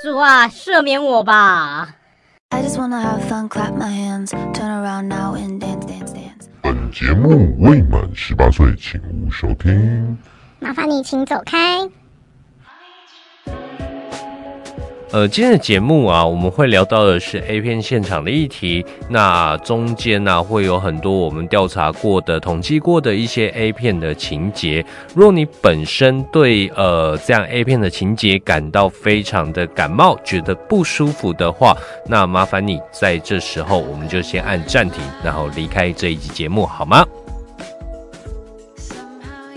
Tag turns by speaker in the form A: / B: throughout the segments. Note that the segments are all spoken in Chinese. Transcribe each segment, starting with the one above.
A: 主啊，赦免我吧！
B: I just wanna have fun, clap my hands, turn around now and dance, dance, dance.
C: 本节目未满十八岁，请勿收听。
D: 麻烦你请走开。
E: 呃，今天的节目啊，我们会聊到的是 A 片现场的议题。那中间呢、会有很多我们调查过的、统计过的一些 A 片的情节。如果你本身对呃这样 A 片的情节感到非常的感冒，觉得不舒服的话，那麻烦你在这时候我们就先按暂停，然后离开这一集节目，好吗？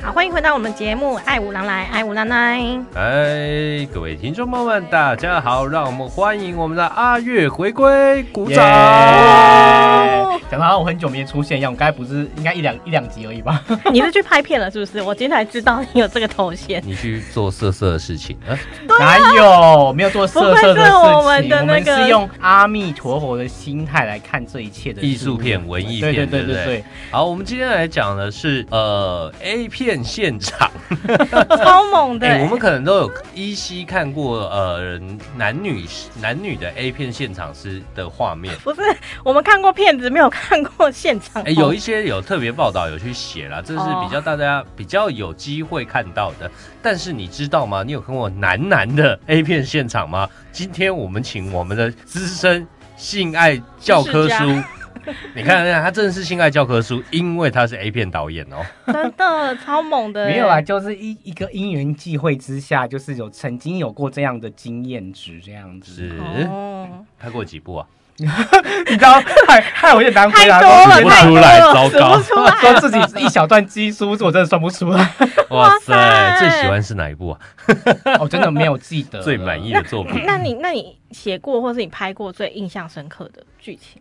F: 好，欢迎回到我们节目《爱五郎来爱五郎来》。
E: 哎，各位听众朋友们，大家好，让我们欢迎我们的阿月回归，鼓
G: 耶
E: 掌。
G: 讲到我很久没出现一样，我刚才不是应该一两一两集而已吧？
F: 你是去拍片了是不是？我今天才知道你有这个头 衔。
E: 你去做色色的事情，啊、
G: 哪有没有做色色的事情？
F: 不愧是我
G: 我
F: 们的那个
G: 是用阿弥陀佛的心态来看这一切的
E: 艺术
G: 事物
E: 片文艺
G: 对
E: 片
G: 对
E: 对不
G: 对
E: 对
G: 对。
E: 好，我们今天来讲的是呃 A 片现场，
F: 超猛的、
E: 哎、我们可能都有依稀看过呃男女男女的 A 片现场是的画面。
F: 不是我们看过片子，没有看过现场。
E: 哎、有一些有特别报道有去写啦，这是比
F: 哦
E: 较大家比较有机会看到的。但是你知道吗？你有看过男男的 A 片现场吗？今天我们请我们的资深性爱教科
F: 知
E: 书
F: 识家，
E: 你看他真的是性爱教科书，因为他是 A 片导演哦、
F: 真的超猛的、
G: 没有啊，，就是一一个因缘际会之下，就是有曾经有过这样的经验值，这样子。
E: 是、
F: 哦，
E: 拍过几部啊？
G: 你知道， 害害我有点难啊
F: 太
G: 回答
F: 多
E: 数
F: 了，
E: 不
F: 太
E: 出
F: 多
E: 来
F: 了，
E: 糟糕
F: 数不出来。
G: 啊说自己一小段基数，我真的算不出来。
E: 哇塞，
F: 哇塞
E: 最喜欢是哪一部啊？
G: 我哦真的没有记得了
E: 最满意的作品？
F: 那你那你写过或是你拍过最印象深刻的剧情，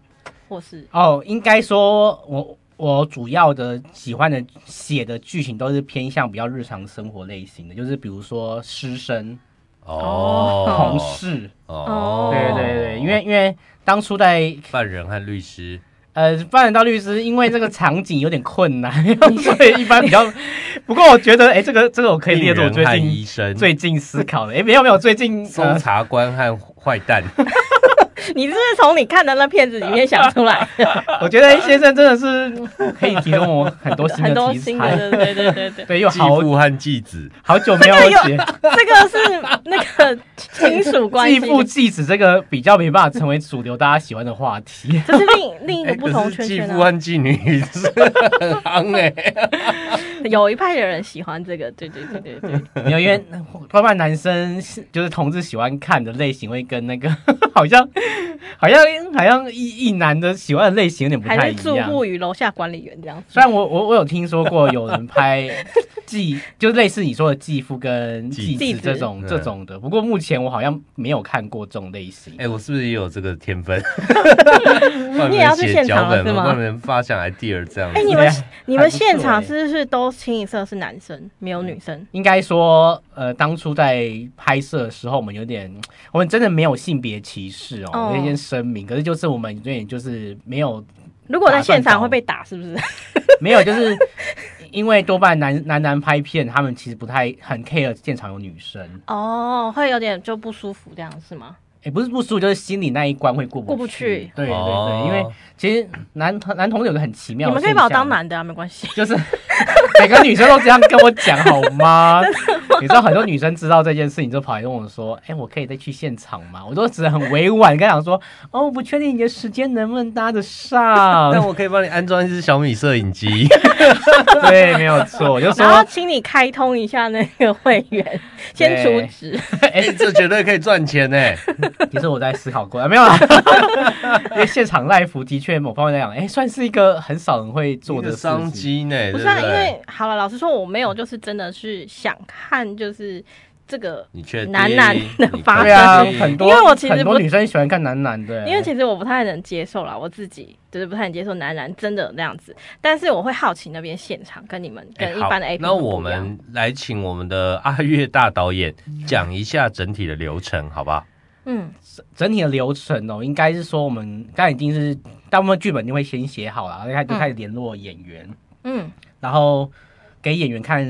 F: 或是
G: 哦，应该说我我主要的喜欢的写的剧情都是偏向比较日常生活类型的，就是比如说师生、
E: 哦
G: 同，事，
E: 哦，
G: 对对对，因为因为当初在
E: 犯人和律师，
G: 呃扮演到律师，因为这个场景有点 困难，所以一般比较。不过我觉得，哎、这个这个我可以
E: 病
G: 列入我
E: 人
G: 最
E: 和医
G: 近
E: 生，
G: 最近思考的。哎、没有没有，最近
E: 搜查官和坏蛋，
F: 你是不是从你看的那片子里面想出来的
G: 呃我觉得先生真的是可以提供我很多新
F: 很
G: 的
F: 多
G: 题
F: 新
G: 材，
F: 的？对对对对对。
G: 对，有
E: 继
G: 好
E: 父和继子，
G: 好久没有
F: 这个有
G: 写。
F: 这个是那 个亲属关系。
G: 继，父继子这个比较没办法成为主流大家喜欢的话题
F: 这是另另一个
E: 哎
F: 不
E: 可
F: 同
E: 是
F: 圈
E: 继
F: 圈
E: 父
F: 啊。
E: 和继女是很夯哎，
F: 有一派的人喜欢这个，对对对对对，
G: 因为因为多半男生是就是同志喜欢看的类型会跟那个 好像好像好像一一男的喜欢的类型有点不太
F: 还
G: 一
F: 是住
G: 样。
F: 户与楼下管理员这样子
G: 虽。然我我我有听说过有人拍继就是类似你说的继父跟
E: 继
G: 继
F: 继
G: 子
F: 子
G: 这种
E: 嗯
G: 这种的，不过目前我好像没有看过这种类型。
E: 哎，我是不是也有这个天分？
F: 你也要去现场
E: 我
F: 了
E: 能
F: 是吗
E: 不能发想 idea 这样子
F: 哎，你们
G: 对
F: 你们
G: 还不错
F: 现场
G: 哎
F: 是不是都清一色是男生，没有女生？
G: 应该说，呃，当初在拍摄的时候，我们有点，我们真的没有性别歧视哦，
F: 哦
G: 我、先声明。可是就是我们有点就是没有
F: 如果在现
G: 打算
F: 场
G: 找
F: 会被打，是不是？
G: 没有，就是因为多半男男男拍片，他们其实不太很 care 现场有女生，
F: 哦，会有点就不舒服这样是吗？
G: 也不是不舒服，就是心里那一关会过
F: 过
G: 不
F: 不去
G: 对对对，
E: 哦
G: 因为其实男男同志有个很奇妙
F: 你
G: 的
F: 们
G: 现
F: 可以
G: 象，
F: 把我当男的啊，没关系。
G: 就是每个女生都这样跟我讲好 吗？你知道很多女生知道这件事，你就跑来问我说：“哎、我可以再去现场吗？”我都只能很委婉跟她讲说：“哦，我不确定你的时间能不能搭 得上
E: 但。我可以帮你安装一只小米摄影机，”
G: 对，没有错，我就 说
F: 然后请你开通一下那个会 员，先
G: 对
F: 阻止。
E: 哎，这绝对可以赚钱哎。：“
G: 其实我在思考过，啊、没有啦。因为现场 live 的确某方面来讲，哎、算是一个很少人会做
E: 一
G: 的
E: 个
G: 事
E: 商
G: 情。
E: 机呢，
F: 不
E: 对
F: 是、啊，因
E: 对
F: 为好了，老实说，我没有就是真的是想看就是这个，
E: 你确定
F: 男男的
E: 你
F: 发展
G: 对啊
E: 确，定
G: 很多，
F: 因为我其实
G: 很多
F: 不
G: 女生喜欢看男男的，
F: 因为其实我不太能接受啦，我自己就是不太能接受男男真的那样子，但是我会好奇那边现场跟你们
E: 哎
F: 跟一般的
E: 好
F: A
E: 那我们来请我们的阿月大导演讲一下整体的流程，好不好？
F: 嗯，
G: 整体的流程哦，应该是说我们刚才已经是大部分剧本就会先写好了，然后开始就开始联络演员，
F: 嗯，
G: 然后给演员看，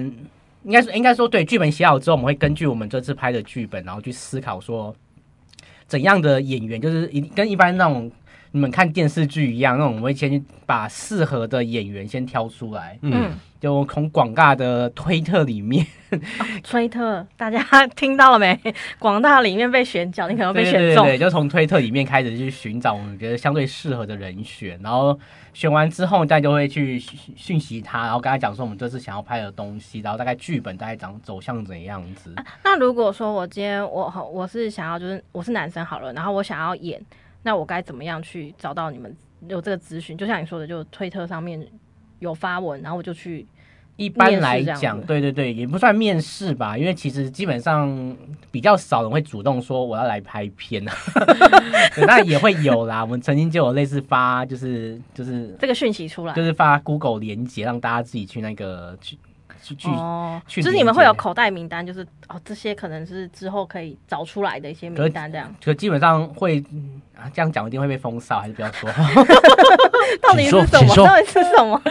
G: 应该说应该说对剧本写好之后，我们会根据我们这次拍的剧本，然后去思考说怎样的演员，就是一跟一般那种你们看电视剧一样，那种我会先把适合的演员先挑出来，
E: 嗯，
G: 就从广大的推特里面，
F: 推特，大家 听到了没？广大里面被选角，你可能被
G: 对
F: 选
G: 对
F: 中。
G: 对，就从推特里面开始去寻找我们觉得相对适合的人选，然后选完之后，大家就会去讯讯息他，然后跟他讲说我们这次想要拍的东西，然后大概剧本大概长走向怎样子。
F: 那如果说我今天我我是想要就是我是男生好了，然后我想要演，那我该怎么样去找到你们有这个咨询？就像你说的，就推特上面有发文，然后我就去
G: 一般来
F: 面试这样
G: 讲，
F: 子
G: 对对对，也不算面试吧，因为其实基本上比较少人会主动说我要来拍片啊， 对那也会有啦。我们曾经就有类似发，就是就是
F: 这个讯息出来
G: 就。是发 Google 连接，让大家自己去那个去去去
F: 哦，
G: 去
F: 就是
G: 理
F: 你们会有
G: 解
F: 口袋名单，就是哦，这些可能是之后可以找出来的一些
G: 可是
F: 名单，这样
G: 就基本上会、嗯啊，这样讲一定会被封杀，还是不要说。
F: 到底
E: 请
F: 是
E: 说
F: 什
E: 请
F: 么？
E: 说
F: 到底是 什么？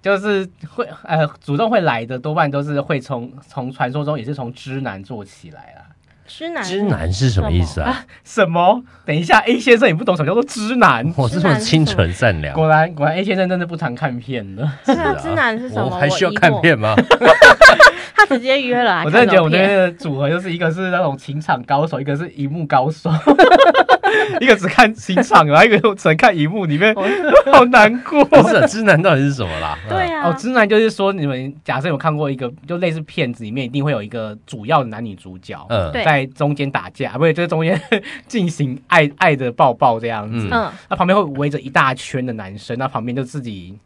G: 就是会呃主动会来的，多半都是会从从传说中也是从知男做起来啦。
F: 知男
E: 知男是什么意 思啊？
G: 什么？等一下，A 先生也不懂什么叫做知 男。
E: 我这么清纯善良，
G: 果然，果然 A 先生真的不常看片的。
F: 是啊，知男是什么？
E: 我还需要
F: 疑
E: 看
F: 惑，
E: 片吗？
F: 他直接 约了，还啊
G: 我
F: 看
G: 真的
F: 什么
G: 觉得我那
F: 片
G: 边的组合就是一个是那种情场高手，一个是荧幕高手，一个只看情场，然后一个又只能看荧幕里面，好难 过。
E: 不是啊，知男到底是什么啦？
F: 对
E: 啊，
F: 啊，
G: 哦，直男就是说，你们假设有看过一个，就类似片子里面一定会有一个主要的男女主角，
E: 嗯
F: 对
G: 在中间打架， 啊不是，就是中间进行爱爱的抱抱这样子。
E: 嗯
F: 嗯，
G: 那旁边会围着一大圈的男生，那旁边就自己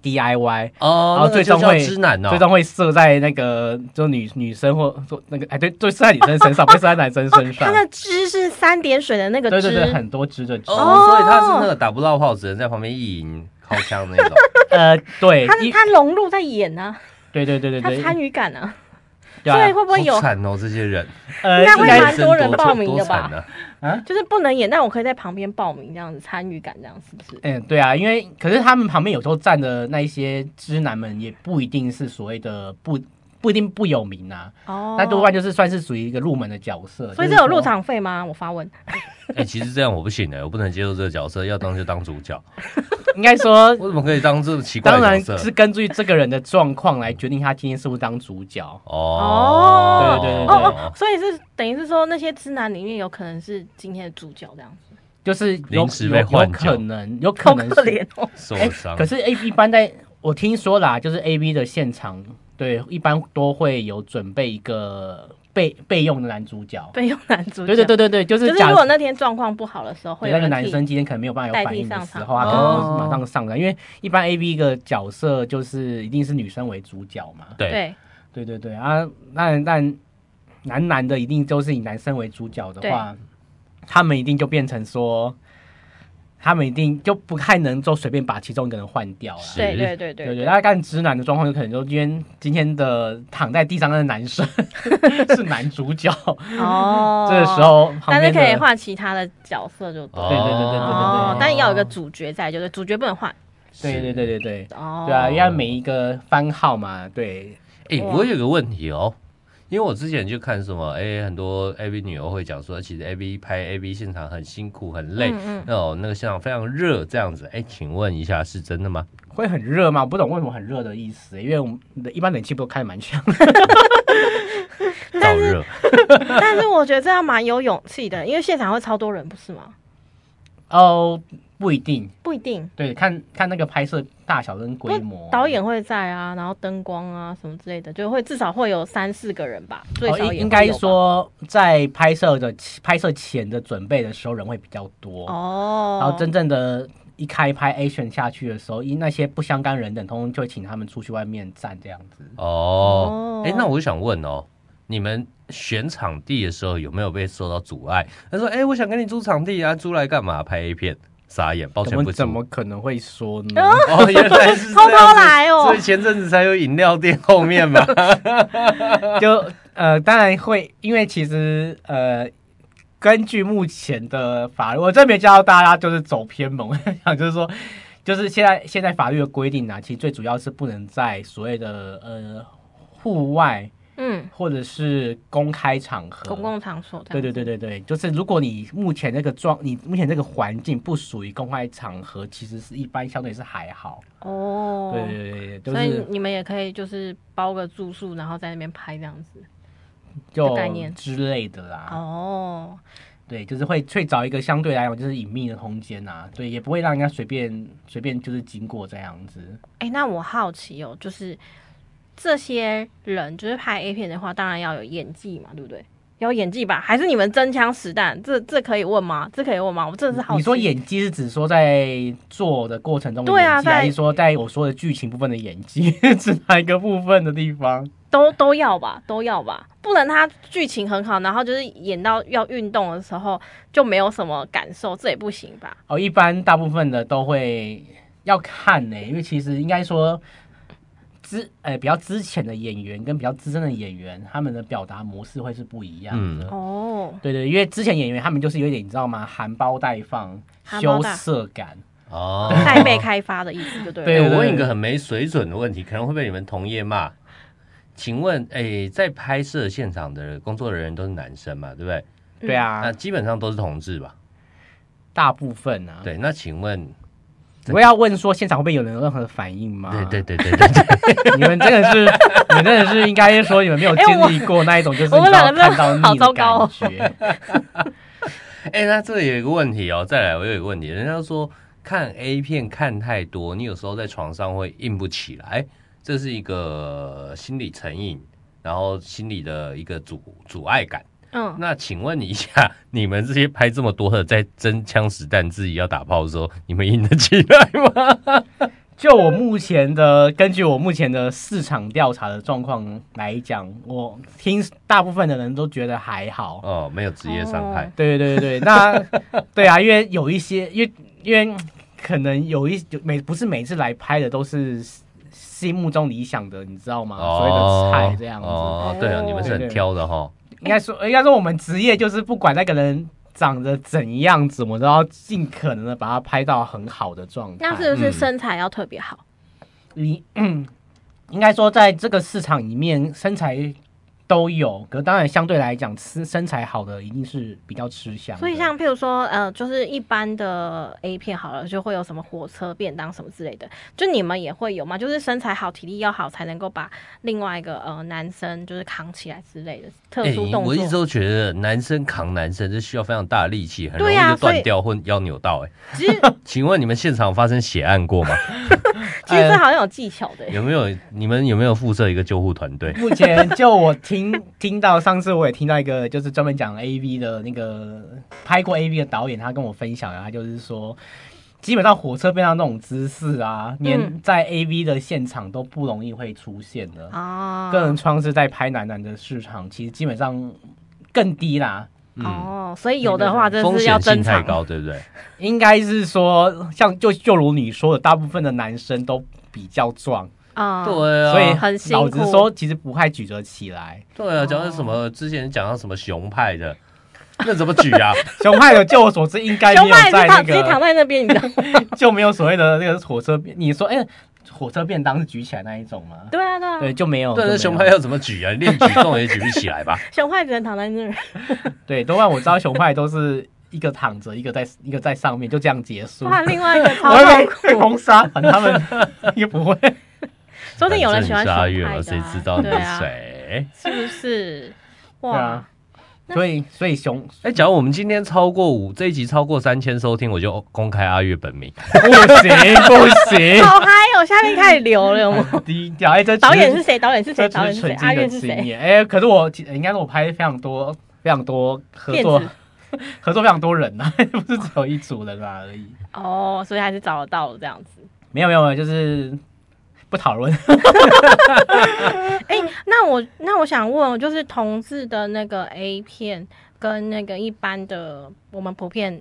G: DIY，、然
E: 哦那
G: 后，啊最
E: 就
G: 终
E: 叫
G: 会
E: 知男哦
G: 最。终会射在那个就女女生或说那个哎对，就射在女生身上，不会射在男生身上
F: 他。的知是三点水的那个
G: 对
F: 知，
G: 对对，很多只的只，
E: 哦，所以他是那个打不到炮，只能在旁边意 淫靠枪那种。
G: 呃，对，
F: 他
G: 一
F: 他融入在演啊，
G: 对对对对
F: 他
G: 对，
F: 参与感啊，
G: 对啊
F: 所以会不会有
E: 好？惨哦，这些人
G: 呃，
F: 应该
G: 应
F: 会
G: 该
F: 蛮多人报名的
E: 多
F: 吧
E: 惨 啊
F: 就是不能演，但我可以在旁边报名，这样子参与感，这样是不是？
G: 嗯，对啊，因为可是他们旁边有时候站的那一些知男们，也不一定是所谓的不不一定不有名啊，
F: 哦，
G: 那、多半就是算是属于一个入门的角色。
F: 所以
G: 就
F: 这
G: 是
F: 有入
G: 说，
F: 场费吗？我发问，
E: 哎、其实这样我不行的、我不能接受这个角色，要当就当主 角，
G: 应该说，
E: 我怎么可以当这么奇怪
G: 当
E: 的
G: 然
E: 角
G: 是
E: 色？
G: 根据这个人的状况来决定他今天是不是当主角。
E: 哦，
G: 对对对对
F: 哦哦，所以是等于是说那些知男里面有可能是今天的主角这样子，
G: 就是有
E: 临时
G: 有
E: 被
G: 有
E: 换
G: 可
E: 角
G: 能，有可
F: 好
G: 能
F: 可
G: 是
F: 怜哦。
E: 受
G: 哎，
E: 伤、
G: 可是 A 一般在我听说啦，就是 A V 的现场，对，一般都会有准备一个备备用的男主角。
F: 备用男主角，
G: 对对对对对，就是
F: 就是
G: 假
F: 如果那天状况不好的时候，会
G: 对
F: 有
G: 那个
F: 人
G: 男
F: 替哦
G: 生今天可能没有办法有反应的时候，他
F: 代
G: 可
E: 替上场
G: 能就是马上上来，因为一般 A B 的角色就是一定是女生为主角嘛。
E: 对，
F: 对
G: 对对对啊，那但男男的一定都是以男生为主角的话，他们一定就变成说，他们一定就不太能就随便把其中一个人换掉了。
E: 是
F: 对对对
G: 对
F: 对
G: 对，大家看直男的状况，有可能就今天今天的躺在地上的男 生是男主角，
F: 哦
G: 这个时候旁
F: 但是
G: 边的
F: 可以换其他的角色就对了。
E: 哦
G: 对对对对对对
F: 哦
G: 对，
F: 但要有一个主角在，就是主角不能换。
G: 对对对对对。
F: 哦，
G: 对啊，因为每一个番号嘛，对，
E: 哎、
F: 哇
E: 我有个问题哦，因为我之前就看什么，哎、很多 AV 女优会讲说，其实 AV 拍 AV 现场很辛苦很累，
F: 嗯嗯，
E: 那哦那个现场非常热这样子，哎、请问一下是真的 吗？
G: 会很热吗？我不懂为什么很热的意思，因为我们的一般冷气不都开得蛮强的，
E: 燥热，
F: 但是我觉得这样蛮有勇气的，因为现场会超多人，不是吗？
G: 哦，不一定，
F: 不一定，
G: 对，看看那个拍摄大小跟规模，
F: 哦导演会在啊，然后灯光啊什么之类的，就会至少会有三四个人吧，最
G: 哦
F: 少也会有吧
G: 应应该说在拍摄的拍摄前的准备的时候人会比较多，
F: 哦，
G: 然后真正的一开拍 action 下去的时候，因那些不相干人等，通通就会请他们出去外面站这样子。
E: 哦
F: 哦，
E: 哎、那我想问哦，你们选场地的时候有没有被受到阻碍？他说，哎、我想跟你租场地啊，租来干嘛？拍 A 片？傻眼，抱歉
G: 怎
E: 不
G: 么
E: 租
G: 怎。么可能会说呢？
E: 哦，原来是这样
F: 偷
E: 子
F: 偷来哦
E: 所以前阵子才有饮料店后面 嘛。
G: 就呃，当然会，因为其实呃，根据目前的法律，我这边教大家就是走偏门， 我想就是说，就是现在现在法律的规定啊，其实最主要是不能在所谓的呃户外
F: 嗯，
G: 或者是公开场合。
F: 公共场所这
G: 呃对
F: 样。
G: 对对对对，就是如果你目前这个状，你目前这个环境不属于公开场合，其实是一般相对是还好。
F: 哦，
G: 对对对对，就
F: 所以
G: 是
F: 你们也可以就是包个住宿，然后在那边拍这样子。
G: 就
F: 概念
G: 之类的啦。
F: 哦，
G: 对，就是会会找一个相对来讲就是隐秘的空间呐、啊，对，也不会让人家随便随便就是经过这样子。
F: 哎、那我好奇哦，就是这些人就是拍 A 片的话，当然要有演技嘛，对不对？要有演技吧？还是你们真枪实弹？这这可以问吗？这可以问吗？我真的是好奇。
G: 你说演技是指说在做的过程中的
F: 对啊
G: 演技，还
F: 在
G: 是说在我说的剧情部分的演技 是哪一个部分的地方？
F: 都都要吧，都要吧，不然他剧情很好，然后就是演到要运动的时候就没有什么感受，这也不行吧？
G: 哦，一般大部分的都会要看呢、因为其实应该说之呃比较之前的演员跟比较资深的演员，他们的表达模式会是不一样
E: 嗯
G: 的。
F: 哦，
G: 对对，因为之前演员他们就是有点你知道吗？含苞待放、
F: 含苞
G: 羞
F: 待
G: 涩感。
E: 哦，
F: 待被开发的意思就对了。
G: 对
E: 哎、我问一个很没水准的问题，可能会被你们同业骂。请问，哎、在拍摄现场的工作人员都是男生嘛，对不对？
F: 嗯
G: 对啊，
E: 那基本上都是同志吧？
G: 大部分啊。，
E: 对，那请问，
G: 我要问说现场会不会有人有任何的反应吗？
E: 对对对对对 对，
G: 你们真的是， 你们真的是应该说你们没有经历过那一种，就是
F: 我
G: 你知
F: 我
G: 道
F: 们两
G: 看
F: 个真的
G: 到腻
F: 好糟
G: 的
F: 糕哦
G: 感觉。
E: 哎、那这里有一个问题哦，再来，我有一个问题，人家说看 A 片看太多，你有时候在床上会硬不起来，这是一个心理成瘾，然后心理的一个阻阻碍感。
F: 嗯，
E: 那请问你一下，你们这些拍这么多的，在真枪实弹自己要打炮的时候，你们硬得起来吗？
G: 就我目前的，根据我目前的市场调查的状况来讲，我听大部分的人都觉得还好。
E: 哦，没有职业伤害。
G: 对对对对，那 对啊，因为有一些，因为因为可能有一有每不是每次来拍的都是心目中理想的，你知道吗？
F: 哦
G: 所谓的菜这样子。
E: 哦，对啊，你们是很挑的哈。
G: 应该说，应该说我们职业就是不管那个人长得怎样子，我们都要尽可能的把他拍到很好的状
E: 啊
G: 态。
F: 那是不
E: 嗯
F: 是身材要特别好？
G: 你、 应该说，在这个市场里面，身材都有，可当然相对来讲，吃身材好的一定是比较吃香的。
F: 所以像譬如说，呃，就是一般的 A 片好了，就会有什么火车便当什么之类的，就你们也会有吗？就是身材好、体力要好，才能够把另外一个呃男生就是扛起来之类的特
E: 哎、
F: 殊动
E: 我一直
F: 作。
E: 都觉得男生扛男生这需要非常大的力气，很容易
F: 对啊
E: 就
F: 所
E: 断
F: 以
E: 掉或腰扭到、哎，
F: 其实
E: 请问你们现场发生血案过吗？
F: 其实这好像有技巧的、欸
E: 有没有？你们有没有附设一个救护团队？
G: 目前就我听 听到，上次我也听到一个就是专门讲 A V 的那个拍过 A V 的导演，他跟我分享啊，他就是说，基本上火车边上那种姿势啊，
F: 嗯
G: 连在 A V 的现场都不容易会出现的。
F: 啊
G: 个人创是在拍男男的市场，其实基本上更低啦，
E: 嗯，
F: 哦，所以有的话真
E: 风
F: 是要
E: 险性
F: 珍
E: 太
F: 藏。
E: 高，对不对？
G: 应该是说像就就如你说的，大部分的男生都比较壮，
F: 啊、
E: 对啊，
G: 所以
F: 很辛苦
G: 老实说，其实不太举得起来。
E: 对啊，讲到什么？之前讲到什么熊派的，那怎么举 啊？
G: 熊派的，就我所知，应该没
F: 熊
G: 有
F: 派
G: 在
F: 是
G: 那
F: 躺直
G: 个
F: 接躺在那边，你知 道吗？
G: 就没有所谓的那个火车便，你说哎、火车便当是举起来那一种吗？
F: 对啊，对啊，
G: 对，就没有。
E: 对，
G: 就没
E: 那
G: 有
E: 熊派要怎么举啊？练举重也举不起来 吧？
F: 熊派只能躺在那儿。
G: 对，都让我知道熊派都是一个躺着，一个在一个在上面，就这样结束。
F: 哇，另 外一个超
G: 我
F: 好
G: 会被封杀，反正他们也不会。
F: 说不定有人喜欢熊
E: 阿
F: 派
E: 月嘛，
F: 的、
E: 哦谁
F: 啊，
E: 知道你
F: 对
E: 是
F: 啊，
E: 谁？
F: 是不 是？哇，
G: 对啊所以所以熊
E: 哎，假如我们今天超过五，这一集超过三千收听，我就公开阿月本名。
G: 不行不行，
F: 好嗨哦！下面开始流了，我
G: 低调。哎、这
F: 导演是
G: 只
F: 谁？导演是谁？
G: 这
F: 导
G: 只
F: 演
G: 是
F: 是谁？
G: 纯
F: 阿
G: 金
F: 月
G: 的
F: 是
G: 经
F: 谁？
G: 验。哎、可是我应该是我拍非常多非常多合作
F: 骗子
G: 合作非常多人呐、啊， 不是只有一组人啊而已。
F: 哦，所以还是找得到的这样子。
G: 没有没有，没有，就是不讨论。
F: 哎、那我那我想问，哦就是同志的那个 A 片跟那个一般的我们普遍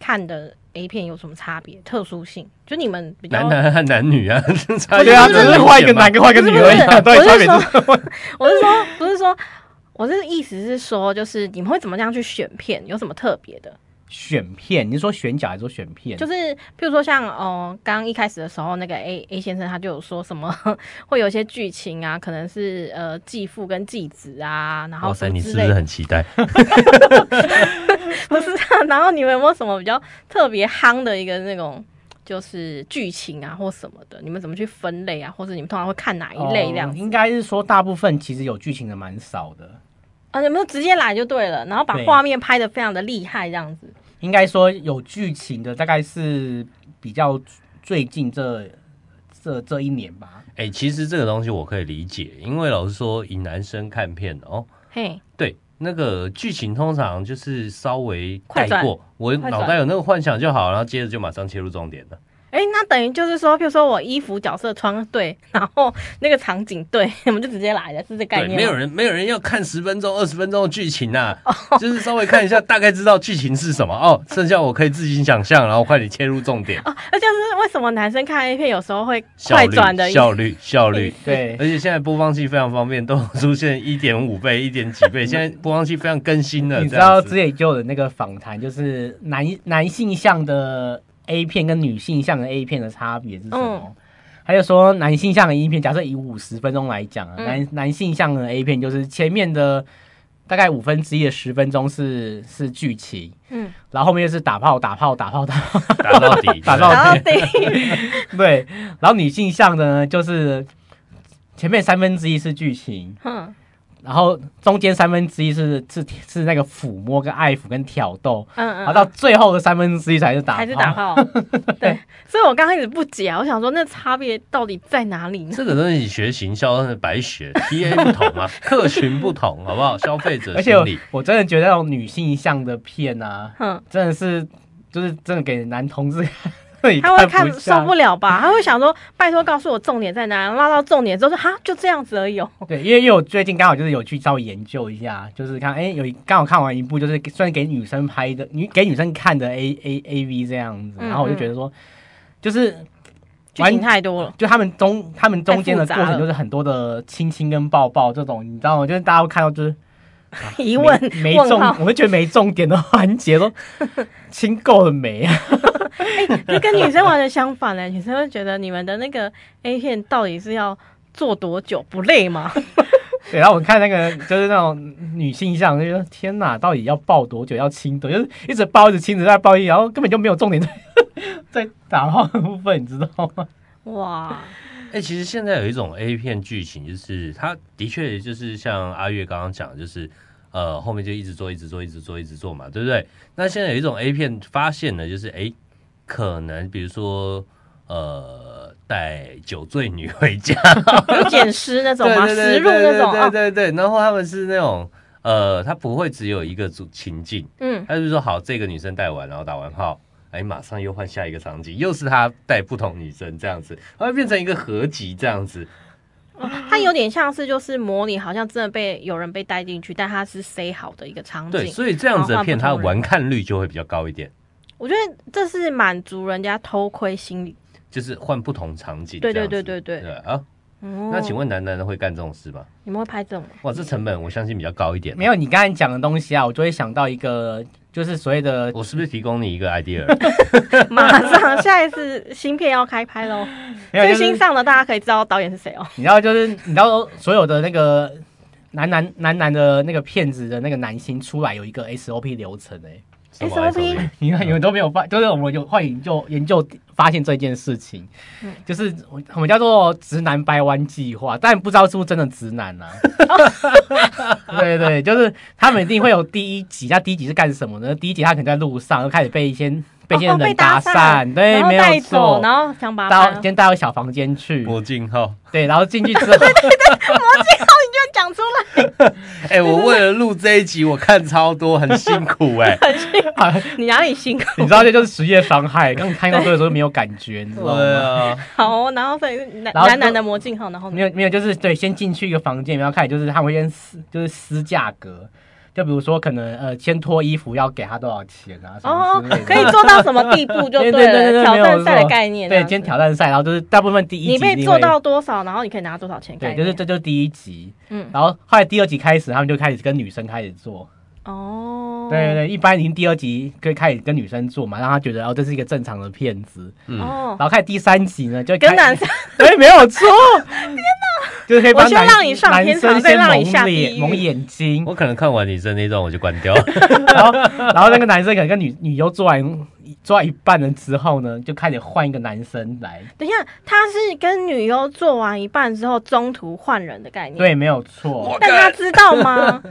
F: 看的 A 片有什么差别？特殊性？就你们比较
E: 男男和男女啊， 差
G: 对啊，只是换一个男
E: 的。
G: 跟换一个女而已 啊，
F: 不
G: 到
F: 是
G: 底
F: 不
G: 差
F: 是
G: 别
F: 不
G: 是什么？
F: 我是说，不是说，我是意思是说，就是你们会怎么样去选片？有什么特别的？
G: 选片，你是说选角还是说选片？
F: 就是是譬如说像哦，刚、一开始的时候，那个 A A 先生他就有说什么会有一些剧情啊，可能是呃继父跟继子啊，然后
E: 哇塞，
F: 什么
E: 你
F: 之
E: 是不
F: 类
E: 是
F: 的
E: 很期待？
F: 不是啊，然后你们有没有什么比较特别夯的一个那种，就是剧情啊或什么的？你们怎么去分类啊？或者你们通常会看哪一类
E: 哦
F: 这样子？
G: 哦应该是说大部分其实有剧情的蛮少的，
F: 啊，你们就直接来就对了，然后把
G: 对
F: 画面拍的非常的厉害这样子。
G: 应该说有剧情的大概是比较最近这这这一年吧。
E: 哎、其实这个东西我可以理解，因为老实说，以男生看片哦，
F: 嘿，
E: 对，那个剧情通常就是稍微
F: 快
E: 带
F: 转
E: 过，我
F: 快
E: 脑袋
F: 转
E: 有那个幻想就好，然后接着就马上切入重点了。
F: 哎、那等于就是说，譬如说我衣服角色穿对，然后那个场景对，我们就直接来了，是这概
E: 对，
F: 念吗。
E: 没有人没有人要看十分钟、二十分钟的剧情呐、
G: 哦
E: 就是稍微看一下，大概知道剧情是什么哦，剩下我可以自己想象，然后快点切入重点，
F: 哦，那就是为什么男生看 A 片有时候会
E: 效
F: 快
E: 率
F: 转的
E: 效率效率。
G: 对
E: 而，且现在播放器非常方便，都有出现一点五倍、一点几 倍。现在播放器非常更新了，
G: 你知
E: 这样
G: 道
E: 子
G: 之前就有那个访谈，就是男男性向的 A 片跟女性向的 A 片的差别是什么？
F: 嗯
G: 他就说男性向的 A 片，假设以五十分钟来讲啊，
F: 嗯
G: 男男性向的 A 片就是前面的大概五分之一的十分钟是是剧情，
F: 嗯，
G: 然后后面就是打炮、打炮、打炮、打炮，
E: 打到 底，
G: 打到
F: 然后
G: 底
F: 哦 对，
G: 对。然后女性向的呢，就是前面三分之一是剧情，
F: 嗯，
G: 然后中间三分之一是是是那个抚摸跟爱抚跟挑逗，
F: 嗯嗯，
G: 然后到最后的三分之一才是打炮，
F: 还是 打炮。对，所以我刚开始不解啊，我想说那差别到底在哪里呢？
E: 这个东西学行销真的白学，TA 不同 啊，客群不同，好不好？消费者
G: 而且
E: 心
G: 我
E: 理，
G: 我真的觉得那种女性向的片啊，
F: 哼，
G: 真的是就是真的给男同志看，
F: 他会
G: 看
F: 看受不
G: 了。
F: 了吧？他会想说，拜托告诉我重点在哪，拉到重点之后说哈，就这样子而已哦。
G: 对，因为因为我最近刚好就是有去稍微研究一下，就是看哎、有一刚好看完一部，就是给算是给女生拍的女给女生看的 A A A V 这样子，
F: 嗯
G: 然后我就觉得说，就是
F: 剧情太多了，
G: 就他们中他们中间的
F: 太复
G: 过
F: 杂了
G: 程就是很多的亲亲跟抱抱这种，你知道吗？就是大家会看到就是
F: 疑问
G: 没没
F: 问
G: 重，
F: 号，
G: 我会觉得没重点的环节 都亲够了没啊？
F: 这跟女生完全相反欸嘞。女生会觉得你们的那个 A 片到底是要做多久，不累吗？
G: 对，然后我看那个就是那种女性向，就觉得天哪，到底要抱多久，要亲多久，就是一直抱一直亲，一直在抱一，然后根本就没有重点在 在打炮的部分，你知道吗？
F: 哇，
E: 哎、其实现在有一种 A 片剧情，就是它的确就是像阿月刚刚讲的，就是呃后面就一直做，一直做，一直做，一直做嘛，对不对？那现在有一种 A 片发现呢，就是哎、诶可能比如说呃带酒醉女回家，
F: 有捡尸那种
E: 对
F: 吗？
E: 对对
F: 实录那种
E: 对对
F: 哦，
E: 对对，然后他们是那种呃，他不会只有一个主情境。
F: 嗯，
E: 他就说好，这个女生带完，然后打完炮，哎，马上又换下一个场景，又是他带不同女生这样子，然后变成一个合集这样子。
F: 它
G: 嗯
F: 有点像是就是模拟，好像真的被有人被带进去，但它是塞好的一个场
E: 对，
F: 景。
E: 所以这样子的片，
F: 然
E: 它
F: 后换不同
E: 完
F: 人
E: 看率就会比较高一点，
F: 我觉得这是满足人家偷窥心理。
E: 就是换不同场景这
F: 对
E: 样
F: 对
E: 子。
F: 对对对。
E: 对啊，
F: 哦
E: 那请问男男的会干这种事吗？
F: 你们会拍这种？
E: 哇，这成本我相信比较高一点。啊
G: 没，有你刚才讲的东西啊，我就会想到一个，就是所谓的
E: 我是不是提供你 一个 idea？
F: 哎马上下一次新片要开拍喽，
G: 没有
F: 最
G: 就是
F: 新上的大家可以知道导演是谁哦。
G: 你知道，就是你知道所有的那个 男男男男的那个骗子的那个男星出来有一个 SOP 流程哎、
E: 什么
F: SOP
G: 你看你们都没有发，就是我们有后来研究研究发现这件事情，
F: 嗯
G: 就是我我们叫做直男掰弯计划，但不知道是不是真的直男 啊。对对，就是他们一定会有第一集，那第一集是干什么呢？第一集他可能在路上就开始被一些被一些
F: 哦被
G: 人
F: 搭
G: 搭
F: 讪
G: 对，
F: 然后
G: 没
F: 带
G: 有
F: 走，
G: 错。
F: 然后想把他
G: 到先带到小房间去，
E: 魔镜号，
G: 对，然后进去之后，
F: 讲出来，
E: 哎、我为了录这一集，我看超多，很辛苦 哎、
F: 你哪里辛苦？
G: 你知道这就是职业伤 害。刚看到这个时候没有感觉，你知道
E: 对
G: 吗？
E: 啊，
F: 好哦，然后所以男
G: 然后
F: 男男的魔镜号，然后
G: 没有没有，就是对，先进去一个房间，然后开始就是他们会先撕，就是撕价格。就比如说，可能呃，先脱衣服要给他多少钱啊，什
F: 哦
G: 么 之类的。，
F: 可以做到什么地步就
G: 对对对
F: 了，
G: 对，
F: 挑
G: 没有
F: 战赛的
G: 错
F: 概念。
G: 对，
F: 这
G: 今
F: 样子
G: 天挑战赛，然后就是大部分第一集
F: 你被
G: 定
F: 做
G: 会
F: 到多少，然后你可以拿多少钱概
G: 对，
F: 念。
G: 就是这就是第一集。
F: 嗯
G: 然后后来第二集开始，他们就开始跟女生开始做，
F: 哦，哦，
G: 对对对，一般已经第二集可以开始跟女生做嘛，让她觉得哦这是一个正常的骗子，
F: 哦
G: 然，后开始第三集呢就会开
F: 跟男生
G: 对，哎没有错。天哪！就是可以帮
F: 我先
G: 男
F: 让你上
G: 男
F: 天
G: 生
F: 堂再
G: 先
F: 让你
G: 蒙
F: 下
G: 脸
F: 地狱
G: 蒙眼 睛，
E: 我可能看完你生那段我就关掉了。
G: 然后然后那个男生可能跟女女优做完做完一半了之后呢，就开始换一个男生来。
F: 等一下，他是跟女优做完一半之后，中途换人的概念。，
G: 对，没有错，
F: 但他知道吗？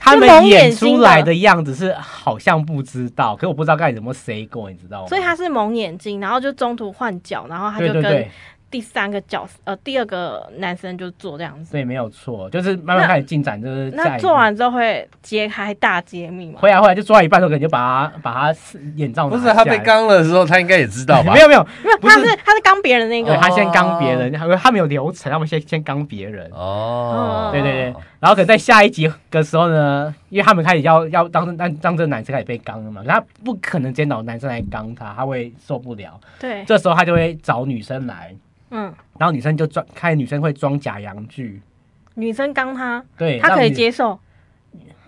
G: 他们
F: 蒙
G: 演
F: 眼睛
G: 出
F: 的
G: 来的样子是好像不知道，可我不知道该怎么 say 过，你知道吗？
F: 所以他是蒙眼睛，然后就中途换脚，然后他
G: 对
F: 就
G: 对
F: 跟
G: 对
F: 第三个角色呃第二个男生就做这样子。
G: 对，没有错，就是慢慢
F: 那
G: 开始进展，就是
F: 那
G: 在
F: 做完之后会揭开大揭秘吗？
G: 回来回来就做到一半的时候，可能就把他把他眼罩拿
E: 不是他
G: 下
E: 被
G: 来
E: 刚了的时候，他应该也知道吧？
G: 没有没有，
F: 没有，
G: 不是哦
F: 他是他是刚别人的那
G: 对，
F: 个，
G: 他先刚别人，他他没有流程，他们先先刚别人。
E: 哦，
G: 对对对，然后可能在下一集的时候呢，因为他们开始要要当让让这个男生开始被刚了嘛，可他不可能今天找男生来刚他，他会受不了。
F: 对，
G: 这时候他就会找女生来，
F: 嗯，
G: 然后女生就装，看女生会装假洋剧，
F: 女生刚他，
G: 对，
F: 他可以
G: 让女。
F: 接受，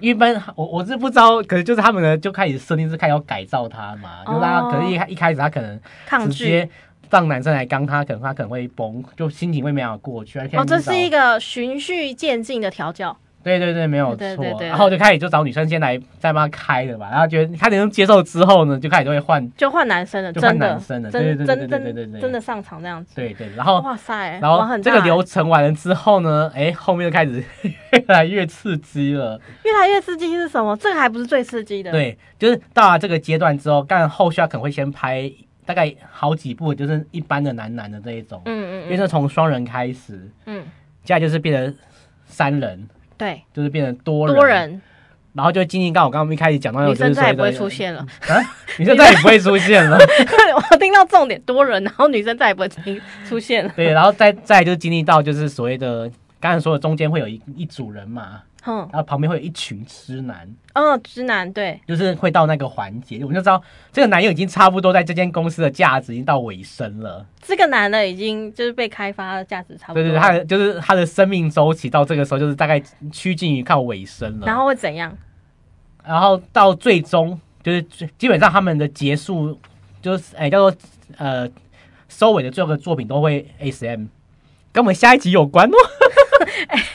G: 一般我我是不知道，可能就是他们呢就开始设定是看要改造他嘛，就让他
F: 哦
G: 可能一开一开始他可能
F: 抗
G: 直
F: 拒。
G: 接让男生来刚他，可能他可能会崩，就心情会没办法过去。而且
F: 哦，这是
G: 你
F: 一
G: 找
F: 个循序渐进的调教。
G: 对对对，没有错。
F: 对对对对
G: 然后就开始就找女生先来再帮他开的吧，然后觉得他能接受之后呢，就开始就会换，
F: 就换男生了，
G: 就换
F: 真的，
G: 男生了
F: 真
G: 对
F: 真
G: 对对对
F: 真
G: 对对对对
F: 真真的上场这样子。
G: 对对，然后
F: 哇塞，
G: 然
F: 玩
G: 后
F: 很
G: 这
F: 大
G: 个
F: 欸
G: 流程完了之后呢，哎，后面就开始越来越刺激了。
F: 越来越刺激是什么？这个还不是最刺激的。，
G: 对，就是到了这个阶段之后，但后续他可能会先拍大概好几部，就是一般的男男的这一种，
F: 嗯
G: 因
F: 嗯嗯
G: 为是从双人开始，
F: 嗯，
G: 接下来就是变成三人，
F: 对，
G: 就是变成多人，
F: 多人
G: 然后就进行刚我刚刚一开始讲到的，
F: 女生
G: 就是
F: 再也
G: 所
F: 不会
G: 谓的
F: 出现了。
G: 啊，女生再也不会出现了。
F: 我听到重点，多人，然后女生再也不会听出现 了。
G: 对，然后再再来就是经历到就是所谓的刚才说的中间会有一一组人嘛，
F: 哼，
G: 然后旁边会有一群痴男，
F: 嗯，直男对，
G: 就是会到那个环节，我们就知道这个男友已经差不多在这间公司的价值已经到尾声了。
F: 这个男的已经就是被开发的价值差不多。
G: 对对对，他的就是他的生命周期到这个时候就是大概趋近于靠尾声了。
F: 然后会怎样？
G: 然后到最终就是最基本上他们的结束就是哎叫做呃收尾的最后一个作品都会 S M，跟我们下一集有关哦。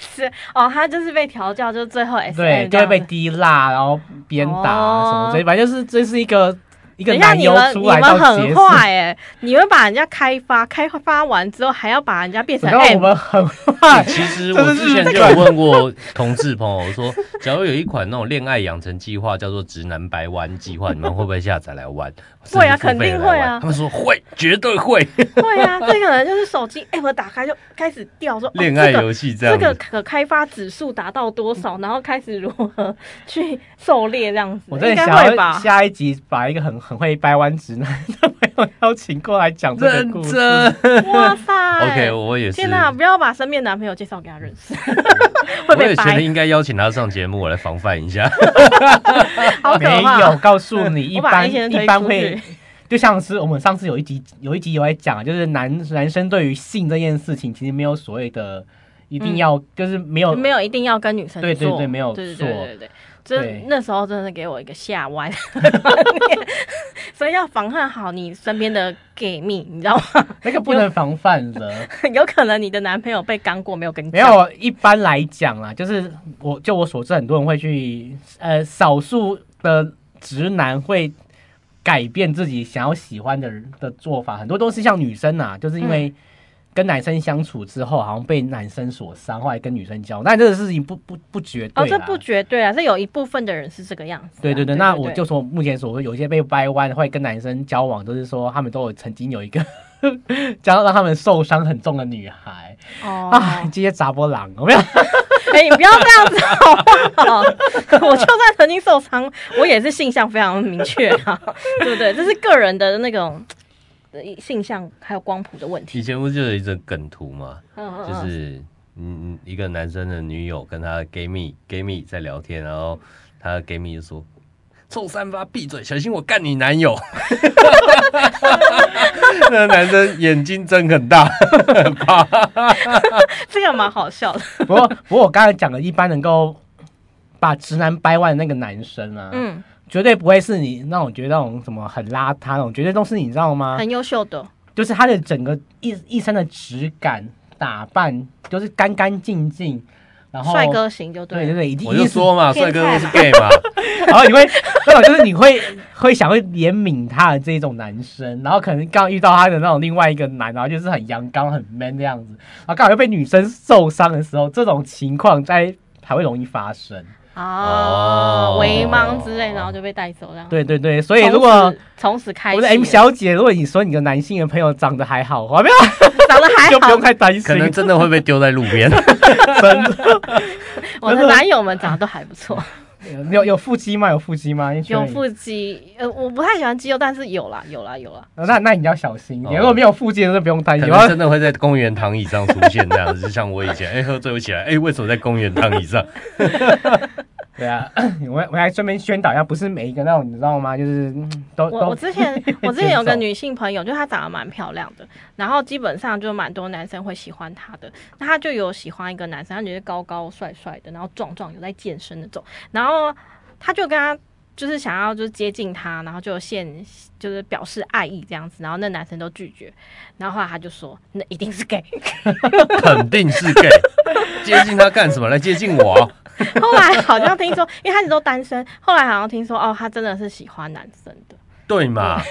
F: 是哦，他就是被调教，就是最后 S
G: 对，就会被滴蜡，然后鞭打啊什么之类，反正就是这是一个一
F: 哦
G: 个
F: 等一下，
G: 男
F: 你
G: 优
F: 们
G: 出
F: 你
G: 来
F: 们
G: 到结
F: 很
G: 束。
F: 坏哎、你们把人家开发开发完之后，还要把人家变成
G: 然后我
F: M，
G: 们很
F: 哎
G: 坏，
E: 其实
G: 这
E: 我
G: 是
E: 之前就有问过同志朋友，我说假如有一款那种恋爱养成计划叫做“直男白弯计划”，你们会不会下载来玩？
F: 会啊
E: 甚至付费来
F: 肯定
E: 玩
F: 会啊
E: 他们说会，绝对会。
F: 对啊，这可能就是手机 app 打开就开始掉，说哦
E: 恋爱
F: 这个
E: 游戏这样
F: 这
E: 子，
F: 个可开发指数达到多少，然后开始如何去狩猎这样子，
G: 我真
F: 应
G: 的
F: 该
G: 想
F: 会
G: 要
F: 吧？
G: 下一集把一个很很会掰弯直男的朋友邀请过来讲这个故
E: 认
G: 事。
E: 真。
F: 哇塞
E: OK，我也是。
F: 哎天哪、不要把身边的男朋友介绍给他认 识，会
E: 我也
F: 被
E: 觉得
F: 掰，
E: 应该邀请他上节目，我来防范一下。
F: 好可
G: 没
F: 怕。
G: 有告诉你，一
F: 我把
G: 般
F: 一些人推
G: 一般
F: 出
G: 会
F: 去。
G: 就像是我们上次有一集有一集有在讲，就是男男生对于性这件事情，其实没有所谓的一定
F: 嗯
G: 要，就是没有
F: 没有一定要跟女生做，
G: 对对对没有
F: 对
G: 错
F: 对对对对，这
G: 对
F: 那时候真的是给我一个吓歪的观念， 所以要防范好你身边的 gay 蜜，你知道吗？
G: 那个不能防范的。
F: 有可能你的男朋友被刚过，没有跟你
G: 没
F: 讲，
G: 有，一般来讲啦，就是我就我所知，很多人会去呃，少数的直男会改变自己想要喜欢的人的做法，很多都是像女生啊，就是因
F: 嗯
G: 为跟男生相处之后，好像被男生所伤，后来跟女生交往，但这个事情不不不绝对
F: 哦，
G: 啦
F: 这不绝对啊，这有一部分的人是这个样子啊、
G: 对对
F: 对
G: 对，那我就说目前所说有一些被掰弯，会跟男生交往，就是说他们都有曾经有一个 将让他们受伤很重的女孩、
F: 哦，
G: 啊，这些杂波狼有没有？
F: 哎、你不要这样子好不好？ 我就算曾经受伤，我也是性向非常明确啊， 对不对？这是个人的那种呃性向还有光谱的问题。
E: 以前不就有一张梗图吗？
F: 嗯嗯
E: 就
F: 嗯。
E: 是嗯，一个男生的女友跟他 gay 蜜 gay 蜜在聊天，然后他的 gay 蜜就说：“臭三八，闭嘴，小心我干你男 友。”那个男生眼睛睁很大，
F: 这个蛮好笑的。
G: 不过，不过我刚才讲的，一般能够把直男掰弯的那个男生啊，
F: 嗯，
G: 绝对不会是你那种觉得那种什么很邋遢那种，绝对都是你知道吗？
F: 很优秀的，
G: 就是他的整个一一身的质感、打扮，就是干干净净，然后
F: 帅，哥型就
G: 对对
F: 了。
G: 对，一定
E: 我就， 说嘛，帅
F: 变态
E: 哥都
F: 吧
E: 是 gay 嘛，
G: 然后你会那种就是你会会想会怜悯他的这种男生，然后可能刚遇到他的那种另外一个男，然后就是很阳刚、很 man 的样子，然后刚好又被女生受伤的时候，这种情况在还会容易发生。
F: 哦
E: 哦，
F: 为盲之类，然后就被带走了。
G: 对对对，所
F: 从
G: 以
F: 此，
G: 如果
F: 从此开
G: 我
F: 始
G: 的 M 小姐，如果你说你的男性的朋友长得还好，我没有，
F: 长得还
G: 就不
F: 好
G: 用，太担心。
E: 可能真的会被丢在路 边。
F: 啊
G: 真的
F: 我的男友们长得都还不错，
G: 有有腹肌吗？有腹肌吗？
F: 有腹肌。呃，我不太喜欢肌肉，但是有啦，有啦，有啦。
G: 呃。那那你要小心一点，
E: 哦
G: 如果没有腹肌的就不用担
E: 可
G: 心。
E: 能真的会在公园躺椅上出现这样子，就像我以前，哎、喝醉起来，哎、为什么在公园躺椅上？
G: 对啊， 我我还顺便宣导一下，不是每一个那种你知道吗？就是嗯都
F: 我
G: 都
F: 我之前我之前有
G: 接
F: 个
G: 受
F: 女性朋友，就她长得蛮漂亮的，然后基本上就蛮多男生会喜欢她的。那她就有喜欢一个男生，她觉得高高帅帅的，然后壮壮，有在健身那种。然后她就跟他就是想要就是接近他，然后就现就是表示爱意这样子，然后那男生都拒绝。然后后来她就说：“那一定是 gay。
E: 肯定是 gay，接近他干什么？来接近我啊！”
F: 后来好像听说，因为她一直都单身，后来好像听说哦，她真的是喜欢男生的。
E: 对嘛，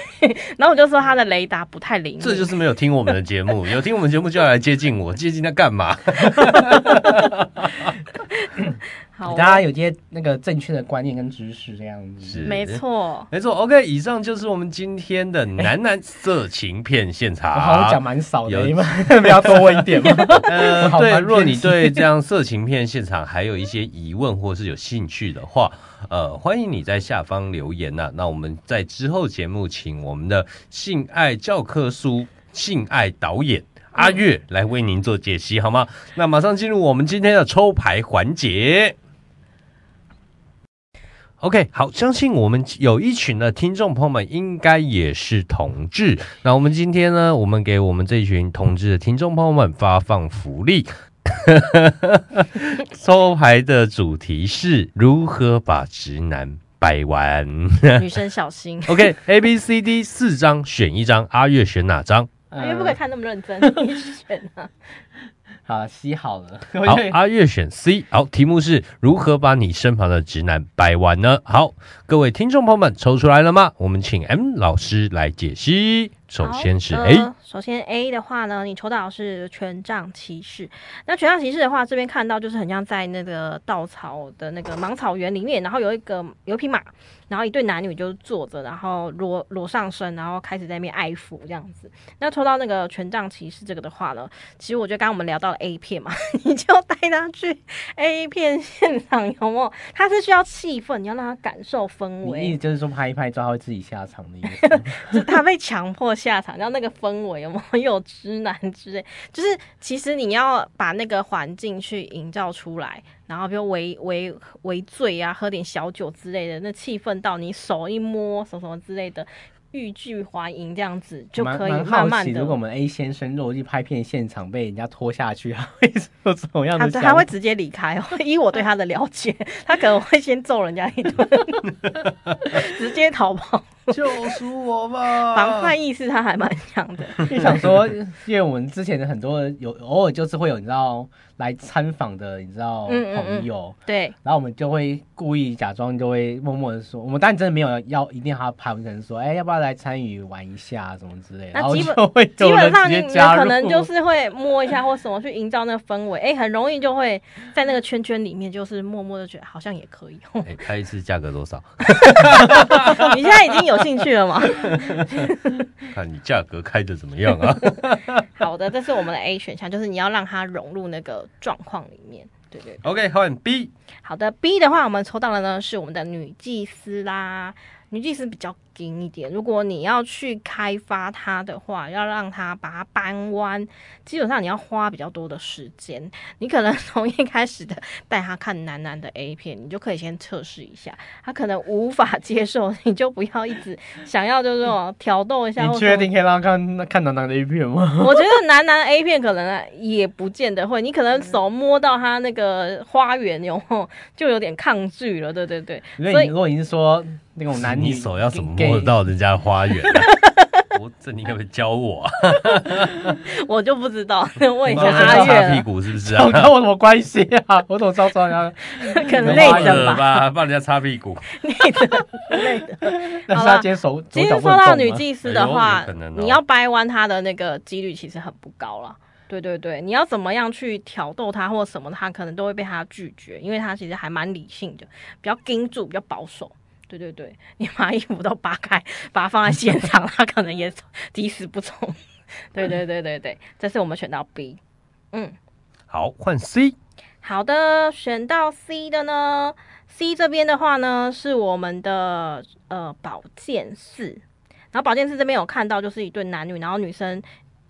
F: 然后我就说她的雷达不太灵 敏，
E: 这就是没有听我们的节 目，有听我们节目就要来接近我，接近他干嘛？
F: 好
G: 给
F: 哦
G: 大家有些那个正确的观念跟知识这样子。
E: 是
F: 没错。
E: 没错，OK，以上就是我们今天的男男色情片现场。
G: 我好像讲蛮少的，
E: 啊有
G: 你们 要不要多问一点 吗？
E: 呃
G: 我，好
E: 对，
G: 蛮
E: 如果
G: 偏
E: 你
G: 激
E: 对这样色情片现场还有一些疑问或是有兴趣的话，呃，欢迎你在下方留言呐、那我们在之后节目请我们的性爱教科书性爱导演。阿月来为您做解析，好吗？那马上进入我们今天的抽牌环节。OK，好，相信我们有一群的听众朋友们应该也是同志。那我们今天呢，我们给我们这一群同志的听众朋友们发放福利。 抽牌的主题是如何把直男掰弯。 嗯
F: 女生小心，
E: OK，A、B、C、D 四张选一张，阿月选哪张？
G: 嗯
F: 因为不可以看那么认 真，你选啊。
G: 好，吸好了。
E: 好， 阿月选 C。好，题目是如何把你身旁的直男掰弯呢？好，各位听众朋友们，抽出来了吗？我们请 M 老师来解析。首先是
F: 好
E: A，、
F: 呃首先 A 的话呢，你抽到的是权杖骑士。那权杖骑士的话，这边看到就是很像在那个稻草的那个芒草原里面，然后有一个有一匹马，然后一对男女就坐着，然后裸裸上身，然后开始在那边爱抚这样子。那抽到那个权杖骑士这个的话呢，其实我觉得刚刚我们聊到了 A 片嘛， 你就带他去 A 片现场，有没有？他是需要气氛，你要让他感受氛围。
G: 你意思就是说拍一拍照他会自己下场的意思？
F: 就他被强迫下场，然后那个氛围有没有 又有直男之类？就是其实你要把那个环境去营造出来，然后比如围围围醉啊，喝点小酒之类的，那气氛到你手一摸什么什么之类的，欲拒还迎这样子就
G: 蛮
F: 可以
G: 蛮
F: 慢
G: 好
F: 慢
G: 奇，
F: 的。
G: 如果我们 A 先生如果去拍片现场被人家拖下去，他会 有什么样
F: 他
G: 的
F: 他
G: 想法？
F: 他会直接离开哦，以我对他的了解，他可能会先揍人家一顿， 直接逃跑，
E: 救赎我吧
F: 防范意识他还蛮强的。
G: 就想说，因为我们之前的很多有偶尔就是会有你知道来参访的，你知道
F: 嗯嗯嗯
G: 朋友，
F: 对，
G: 然后我们就会故意假装就会默默的说，我们当然真的没有要一定要他拍，我们可能说，哎、要不要来参与玩一下什么之类的，
F: 那
G: 然后
F: 基本
G: 就会
F: 基
G: 有
F: 本
G: 人
F: 上你
G: 直接
F: 们
G: 加入，
F: 可能就是会摸一下或什么去营造那个氛围，哎、很容易就会在那个圈圈里面，就是默默的觉得好像也可以。哦
E: 哎、拍一次价格多少？
F: 你现在已经有兴趣了吗？
E: 看你价格开的怎么样啊？
F: 好的，这是我们的 A 选项，就是你要让它融入那个状况里面。对对，对
E: OK，换 B。
F: 好的。B 的话，我们抽到的呢是我们的女祭司啦。女技师比较紧一点。如果你要去开发它的话，要让它把它搬弯，基本上你要花比较多的时间。你可能从一开始的带他看男男的 A 片，你就可以先测试一下，他可能无法接受，你就不要一直想要就是说挑逗一下。
G: 你
F: 或
G: 确
F: 什么
G: 定可以让他看看男男的 A 片吗？
F: 我觉得男男 A 片可能也不见得会，你可能手摸到他那个花园有没有 就有点抗拒了，对对对，
G: 因为
F: 所
G: 你
F: 以
G: 如果你是说那种男
E: 你
G: 女
E: 手要怎么摸得到人家的花园、啊？我这你可不可以教我啊？
F: 我就不知道，问一下
E: 你说
F: 阿
E: 这个擦
F: 月
E: 屁
F: 了，
E: 股是不是
G: 跟我
E: 啊？
G: 跟我什么哦关系啊？ 我怎么知道 抓人家？
F: 可能累
G: 内
E: 花
G: 诊
F: 着
E: 了
F: 吧，
E: 吧，帮人家擦屁股。
F: 累着累着。
G: 但
F: 好
G: 是
F: 啦
G: 他今天手
F: 其
G: 左
F: 实
G: 脚不
F: 说
G: 能
F: 到
G: 动
F: 女
G: 吗
F: 技师的
E: 哎
F: 话
E: 呦有可能哦，
F: 你要掰弯她的那个几率其实很不高了。对对对，你要怎么样去挑逗她或什么，她可能都会被她拒绝，因为她其实还蛮理性的，比较盯住，比较保守。对对对，你把衣服都扒开，把它放在现场，她可能也抵死不从。对对对对对，这次我们选到 B。嗯，
E: 好，换 C。
F: 好的，选到 C 的呢，C 这边的话呢是我们的呃保健室，然后保健室这边有看到就是一对男女，然后女生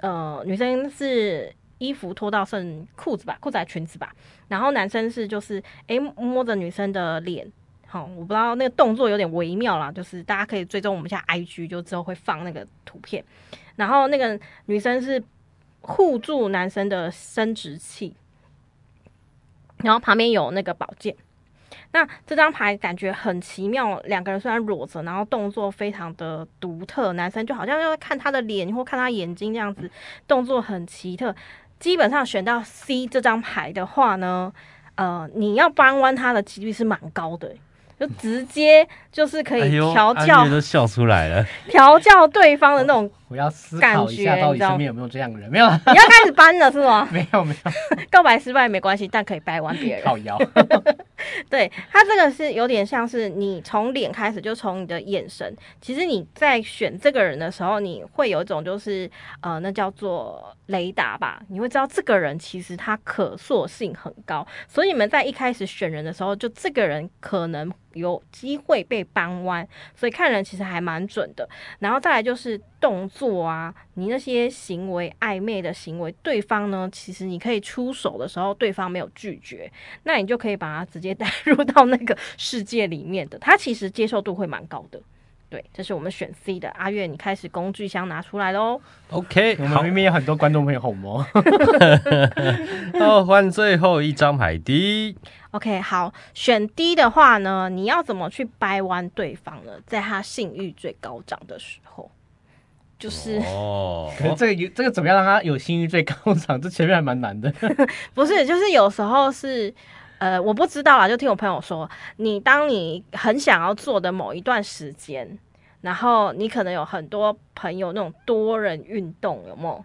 F: 呃女生是衣服脱到剩裤子吧，裤子还裙子吧，然后男生是就是诶摸着女生的脸。好、我不知道那个动作有点微妙啦，就是大家可以追踪我们一下 IG，就之后会放那个图片。然后那个女生是护住男生的生殖器，然后旁边有那个宝剑。那这张牌感觉很奇妙，两个人虽然裸着，然后动作非常的独特，男生就好像要看他的脸或看他眼睛这样子，动作很奇特。基本上选到 C 这张牌的话呢，呃，你要扳弯他的几率是蛮高的，就直接就是可
E: 哎
F: 以
E: 呦，
F: 调教、
E: 阿月都笑出来了。
F: 调教对方的 那种
G: 我要思
F: 感
G: 考一下，
F: 觉
G: 到
F: 你
G: 底
F: 知道
G: 身边有没有这样的人？没有 啦，
F: 你要开始搬了是吗？
G: 没有，没有，啊
F: 告白失败没关系，但可以掰弯别人。
G: 靠腰。
F: 对他这个是有点像是你从脸开始，就从你的眼神。其实你在选这个人的时候，你会有一种就是呃，那叫做雷达吧，你会知道这个人其实他可塑性很高，所以你们在一开始选人的时候，就这个人可能有机会被扳弯，所以看人其实还蛮准的。然后再来就是动作啊，你那些行为暧昧的行为，对方呢，其实你可以出手的时候，对方没有拒绝，那你就可以把他直接带入到那个世界里面的，他其实接受度会蛮高的。对，这是我们选 C 的阿月，你开始工具箱拿出来喽。
E: OK，
G: 我
E: 好
G: 们明明有很多观众朋友好吗？
E: 哦，换最后一张牌 D。
F: OK，好，选 D 的话呢，你要怎么去掰弯对方呢？在他性欲最高涨的时候，就是、
E: 哦，
G: 可是这个有这个怎么样让他有信誉最高涨？ 这前面还蛮难的。
F: 不是，就是有时候是，呃，我不知道啦，就听我朋友说，你当你很想要做的某一段时间，然后你可能有很多朋友那种多人运动，有没有？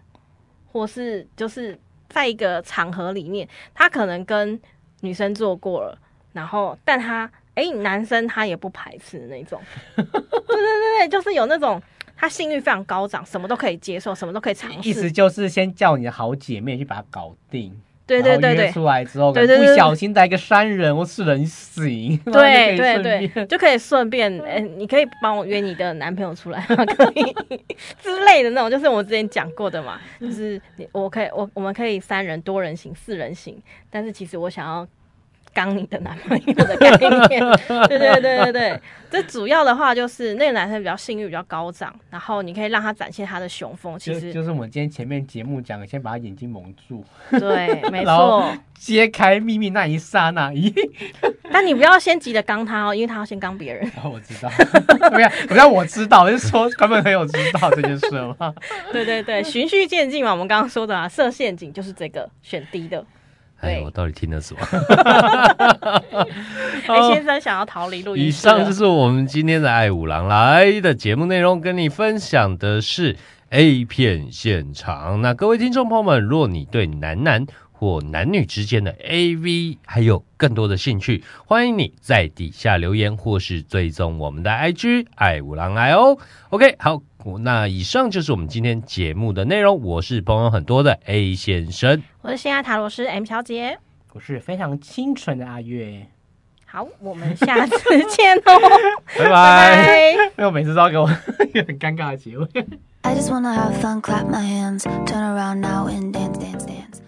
F: 或是就是在一个场合里面，他可能跟女生做过了，然后但他诶，男生他也不排斥的那种，对对对对，就是有那种他性欲非常高涨，什么都可以接受，什么都可以尝
G: 意思
F: 试，
G: 就是先叫你的好姐妹去把它搞定。
F: 对对
G: 然
F: 对
G: 后
F: 对
G: 约，出来之后，
F: 对对对
G: 不小心来个三人或四人行，
F: 对
G: 然
F: 对
G: 后就可以顺
F: 对，
G: 便
F: 就可以顺便，哎、你可以帮我约你的男朋友出来吗？ 可以之类的那种，就是我之前讲过的嘛，就是你我可以我我们可以三人多人行四人行，但是其实我想要。刚你的男朋友的概念， 对对对对对，这主要的话就是那个男生比较性欲比较高涨，然后你可以让他展现他的雄风。 其
G: 就
F: 实
G: 就是我们今天前面节目讲的，先把他眼睛蒙住，
F: 对，没
G: 然后
F: 错。
G: 揭开秘密那一刹那，咦，
F: 但你不要先急着刚他哦，因为他要先刚别人。
G: 然后 我知道，不要不要我知道，我是说观众朋友知道这件事了吗？
F: 对 对对，循序渐进嘛，我们刚刚说的啊，设陷阱就是这个选 D 的。
E: 哎，
F: 对
E: 我到底听了什么？
F: 哎、先生想要逃离录音
E: 以
F: 室了
E: 上就是我们今天的爱五郎来的节目内容，跟你分享的是 A 片现场。那各位听众朋友们，若你对男男或男女之间的 AV 还有更多的兴趣，欢迎你在底下留言或是追踪我们的 IG 爱五郎来哦。OK，好，那以上就是我们今天节目的内容。我是朋友很多的 A 先生。
F: 我是性爱塔罗师 M 小姐。
G: 我是非常清纯的阿月，
F: 好，我们 下次见哦，
E: 拜拜。
F: 拜拜。
G: 因为我每次都要给我 一个很尴尬的结尾。
B: I just wanna have fun, clap my hands, turn around now and dance, dance, dance.